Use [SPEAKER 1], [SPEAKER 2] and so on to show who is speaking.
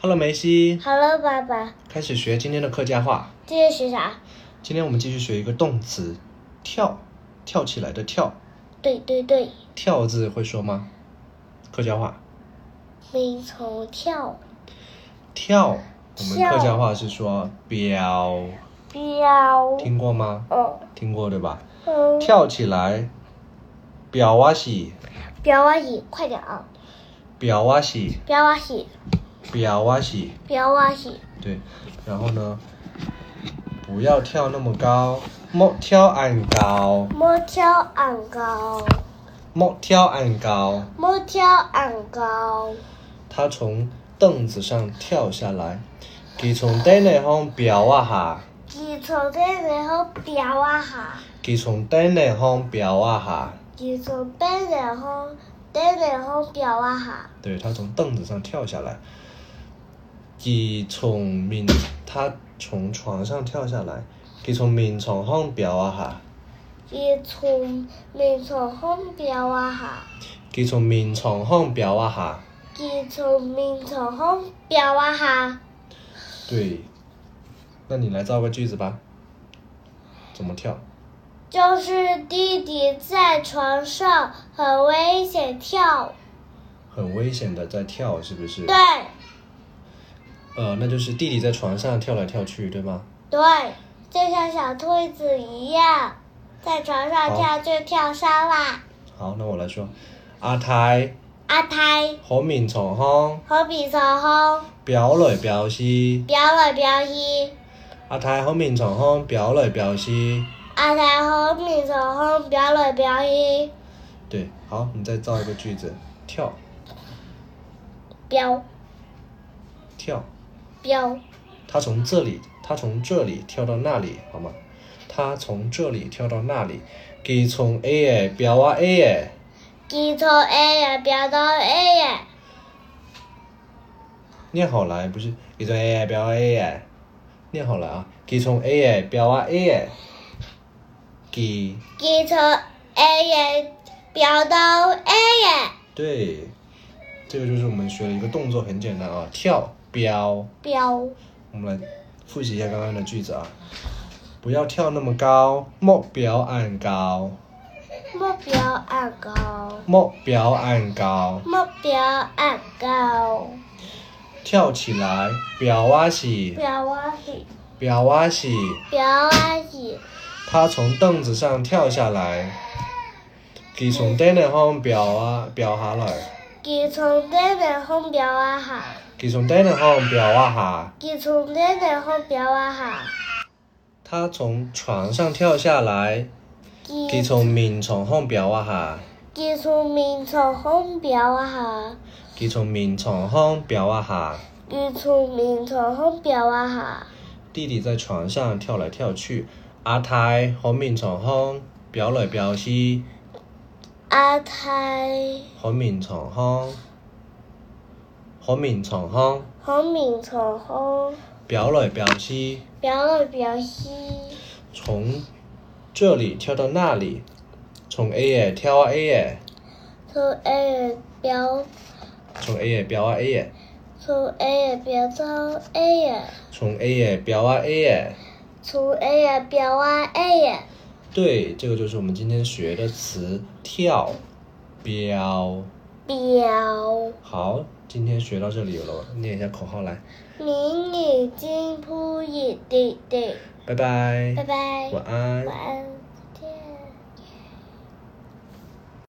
[SPEAKER 1] Hello，梅西，
[SPEAKER 2] Hello，爸爸，
[SPEAKER 1] 开始学今天的客家话。
[SPEAKER 2] 这是啥？
[SPEAKER 1] 今天我们继续学一个动词，跳，跳起来的跳，
[SPEAKER 2] 对对对，
[SPEAKER 1] 跳字会说吗？客家话，
[SPEAKER 2] 民从跳
[SPEAKER 1] 跳，我们
[SPEAKER 2] 跳
[SPEAKER 1] 客家话是说表，
[SPEAKER 2] 标，
[SPEAKER 1] 听过吗？
[SPEAKER 2] 哦，
[SPEAKER 1] 听过对吧？
[SPEAKER 2] 嗯，
[SPEAKER 1] 跳起来，表啊喜，
[SPEAKER 2] 标啊喜，快点啊！
[SPEAKER 1] 表啊喜，
[SPEAKER 2] 标啊喜，
[SPEAKER 1] 表啊喜，
[SPEAKER 2] 标啊喜，
[SPEAKER 1] 对。然后呢，不要跳那么高，莫跳俺高，
[SPEAKER 2] 莫跳俺高，
[SPEAKER 1] 莫跳俺高。
[SPEAKER 2] 莫跳俺高，
[SPEAKER 1] 他从凳子上跳下来，佢从凳嚟向表啊下，
[SPEAKER 2] 你从这里后标啊哈，
[SPEAKER 1] 佢从凳嚟向表啊下。
[SPEAKER 2] 你从这里后，这里后标啊哈，
[SPEAKER 1] 对他从凳子上跳下来，佢从面他从床上跳下来，佢从面床向表啊
[SPEAKER 2] 你从民从后标啊哈，
[SPEAKER 1] 下，佢從面床向表啊下。
[SPEAKER 2] 你从民从后标啊哈。
[SPEAKER 1] 对，那你来造个句子吧，怎么跳？
[SPEAKER 2] 就是弟弟在床上很危险跳，
[SPEAKER 1] 很危险的在跳，是不是
[SPEAKER 2] 对？
[SPEAKER 1] 呃，那就是弟弟在床上跳来跳去，对吗？
[SPEAKER 2] 对，就像小兔子一样，在床上跳就跳伤啦。
[SPEAKER 1] 好，那我来说，啊阿太
[SPEAKER 2] 阿胎
[SPEAKER 1] 可面床腔，
[SPEAKER 2] 和比从轰，
[SPEAKER 1] 表来表啊示，
[SPEAKER 2] 表里表一，
[SPEAKER 1] 阿太可面床腔，表来表示。
[SPEAKER 2] 阿胎和比从轰，表里表一，
[SPEAKER 1] 对，好，你再造一个句子，跳
[SPEAKER 2] 表
[SPEAKER 1] 跳，
[SPEAKER 2] 表
[SPEAKER 1] 他从这里，他从这里跳到那里，好吗？他从这里跳到那里，佢从 A 嘅表啊 A 嘅，
[SPEAKER 2] 你从 A 表到 A，
[SPEAKER 1] 念好来不是，佢从 A 嘅表啊 A 嘅，念好来啊，佢从 A 嘅表啊 A 嘅，佢
[SPEAKER 2] 你从 A 表到 A，
[SPEAKER 1] 对，这个就是我们学的一个动作，很简单啊，跳标。
[SPEAKER 2] 表
[SPEAKER 1] 我们来复习一下刚刚的句子啊，不要跳那么高，目标按高，
[SPEAKER 2] 目标按高。
[SPEAKER 1] 目标按高，
[SPEAKER 2] 目标按高，
[SPEAKER 1] 跳起来，表啊喜，
[SPEAKER 2] 表啊喜，
[SPEAKER 1] 表啊喜，
[SPEAKER 2] 表啊喜，
[SPEAKER 1] 他从凳子上跳下来，佢从凳嚟向表啊表下来，
[SPEAKER 2] 佢从顶顶空表啊下，
[SPEAKER 1] 佢从凳嚟向表啊下，
[SPEAKER 2] 佢从顶顶空表啊下，
[SPEAKER 1] 他从床上跳下来，佢
[SPEAKER 2] 佢
[SPEAKER 1] 从面床向表啊下。
[SPEAKER 2] 佢从面床空表啊
[SPEAKER 1] 佢從面床腔表啊下，
[SPEAKER 2] 下，佢从面床空表啊下，
[SPEAKER 1] 弟弟在床上跳來跳去。阿太喺面床腔表來表去，
[SPEAKER 2] 阿太
[SPEAKER 1] 喺面床腔，喺面床腔
[SPEAKER 2] 从面床空
[SPEAKER 1] 表來表去，
[SPEAKER 2] 表来表去，
[SPEAKER 1] 從這裡跳到那裡，從 A 嘅跳啊 A
[SPEAKER 2] 从 A 表
[SPEAKER 1] 嘅，從 A 嘅表啊 A 嘅，
[SPEAKER 2] 从 A 表到 A，
[SPEAKER 1] 從 A 嘅表啊 A 嘅。
[SPEAKER 2] 从 A 表啊 A。
[SPEAKER 1] 對，這個就是我們今天學的詞跳表。
[SPEAKER 2] 表，
[SPEAKER 1] 好，今天学到这里了，念一下口号来，
[SPEAKER 2] 明眼睛扑眼滴滴，
[SPEAKER 1] 拜拜，
[SPEAKER 2] 拜拜，
[SPEAKER 1] 晚安
[SPEAKER 2] 晚安。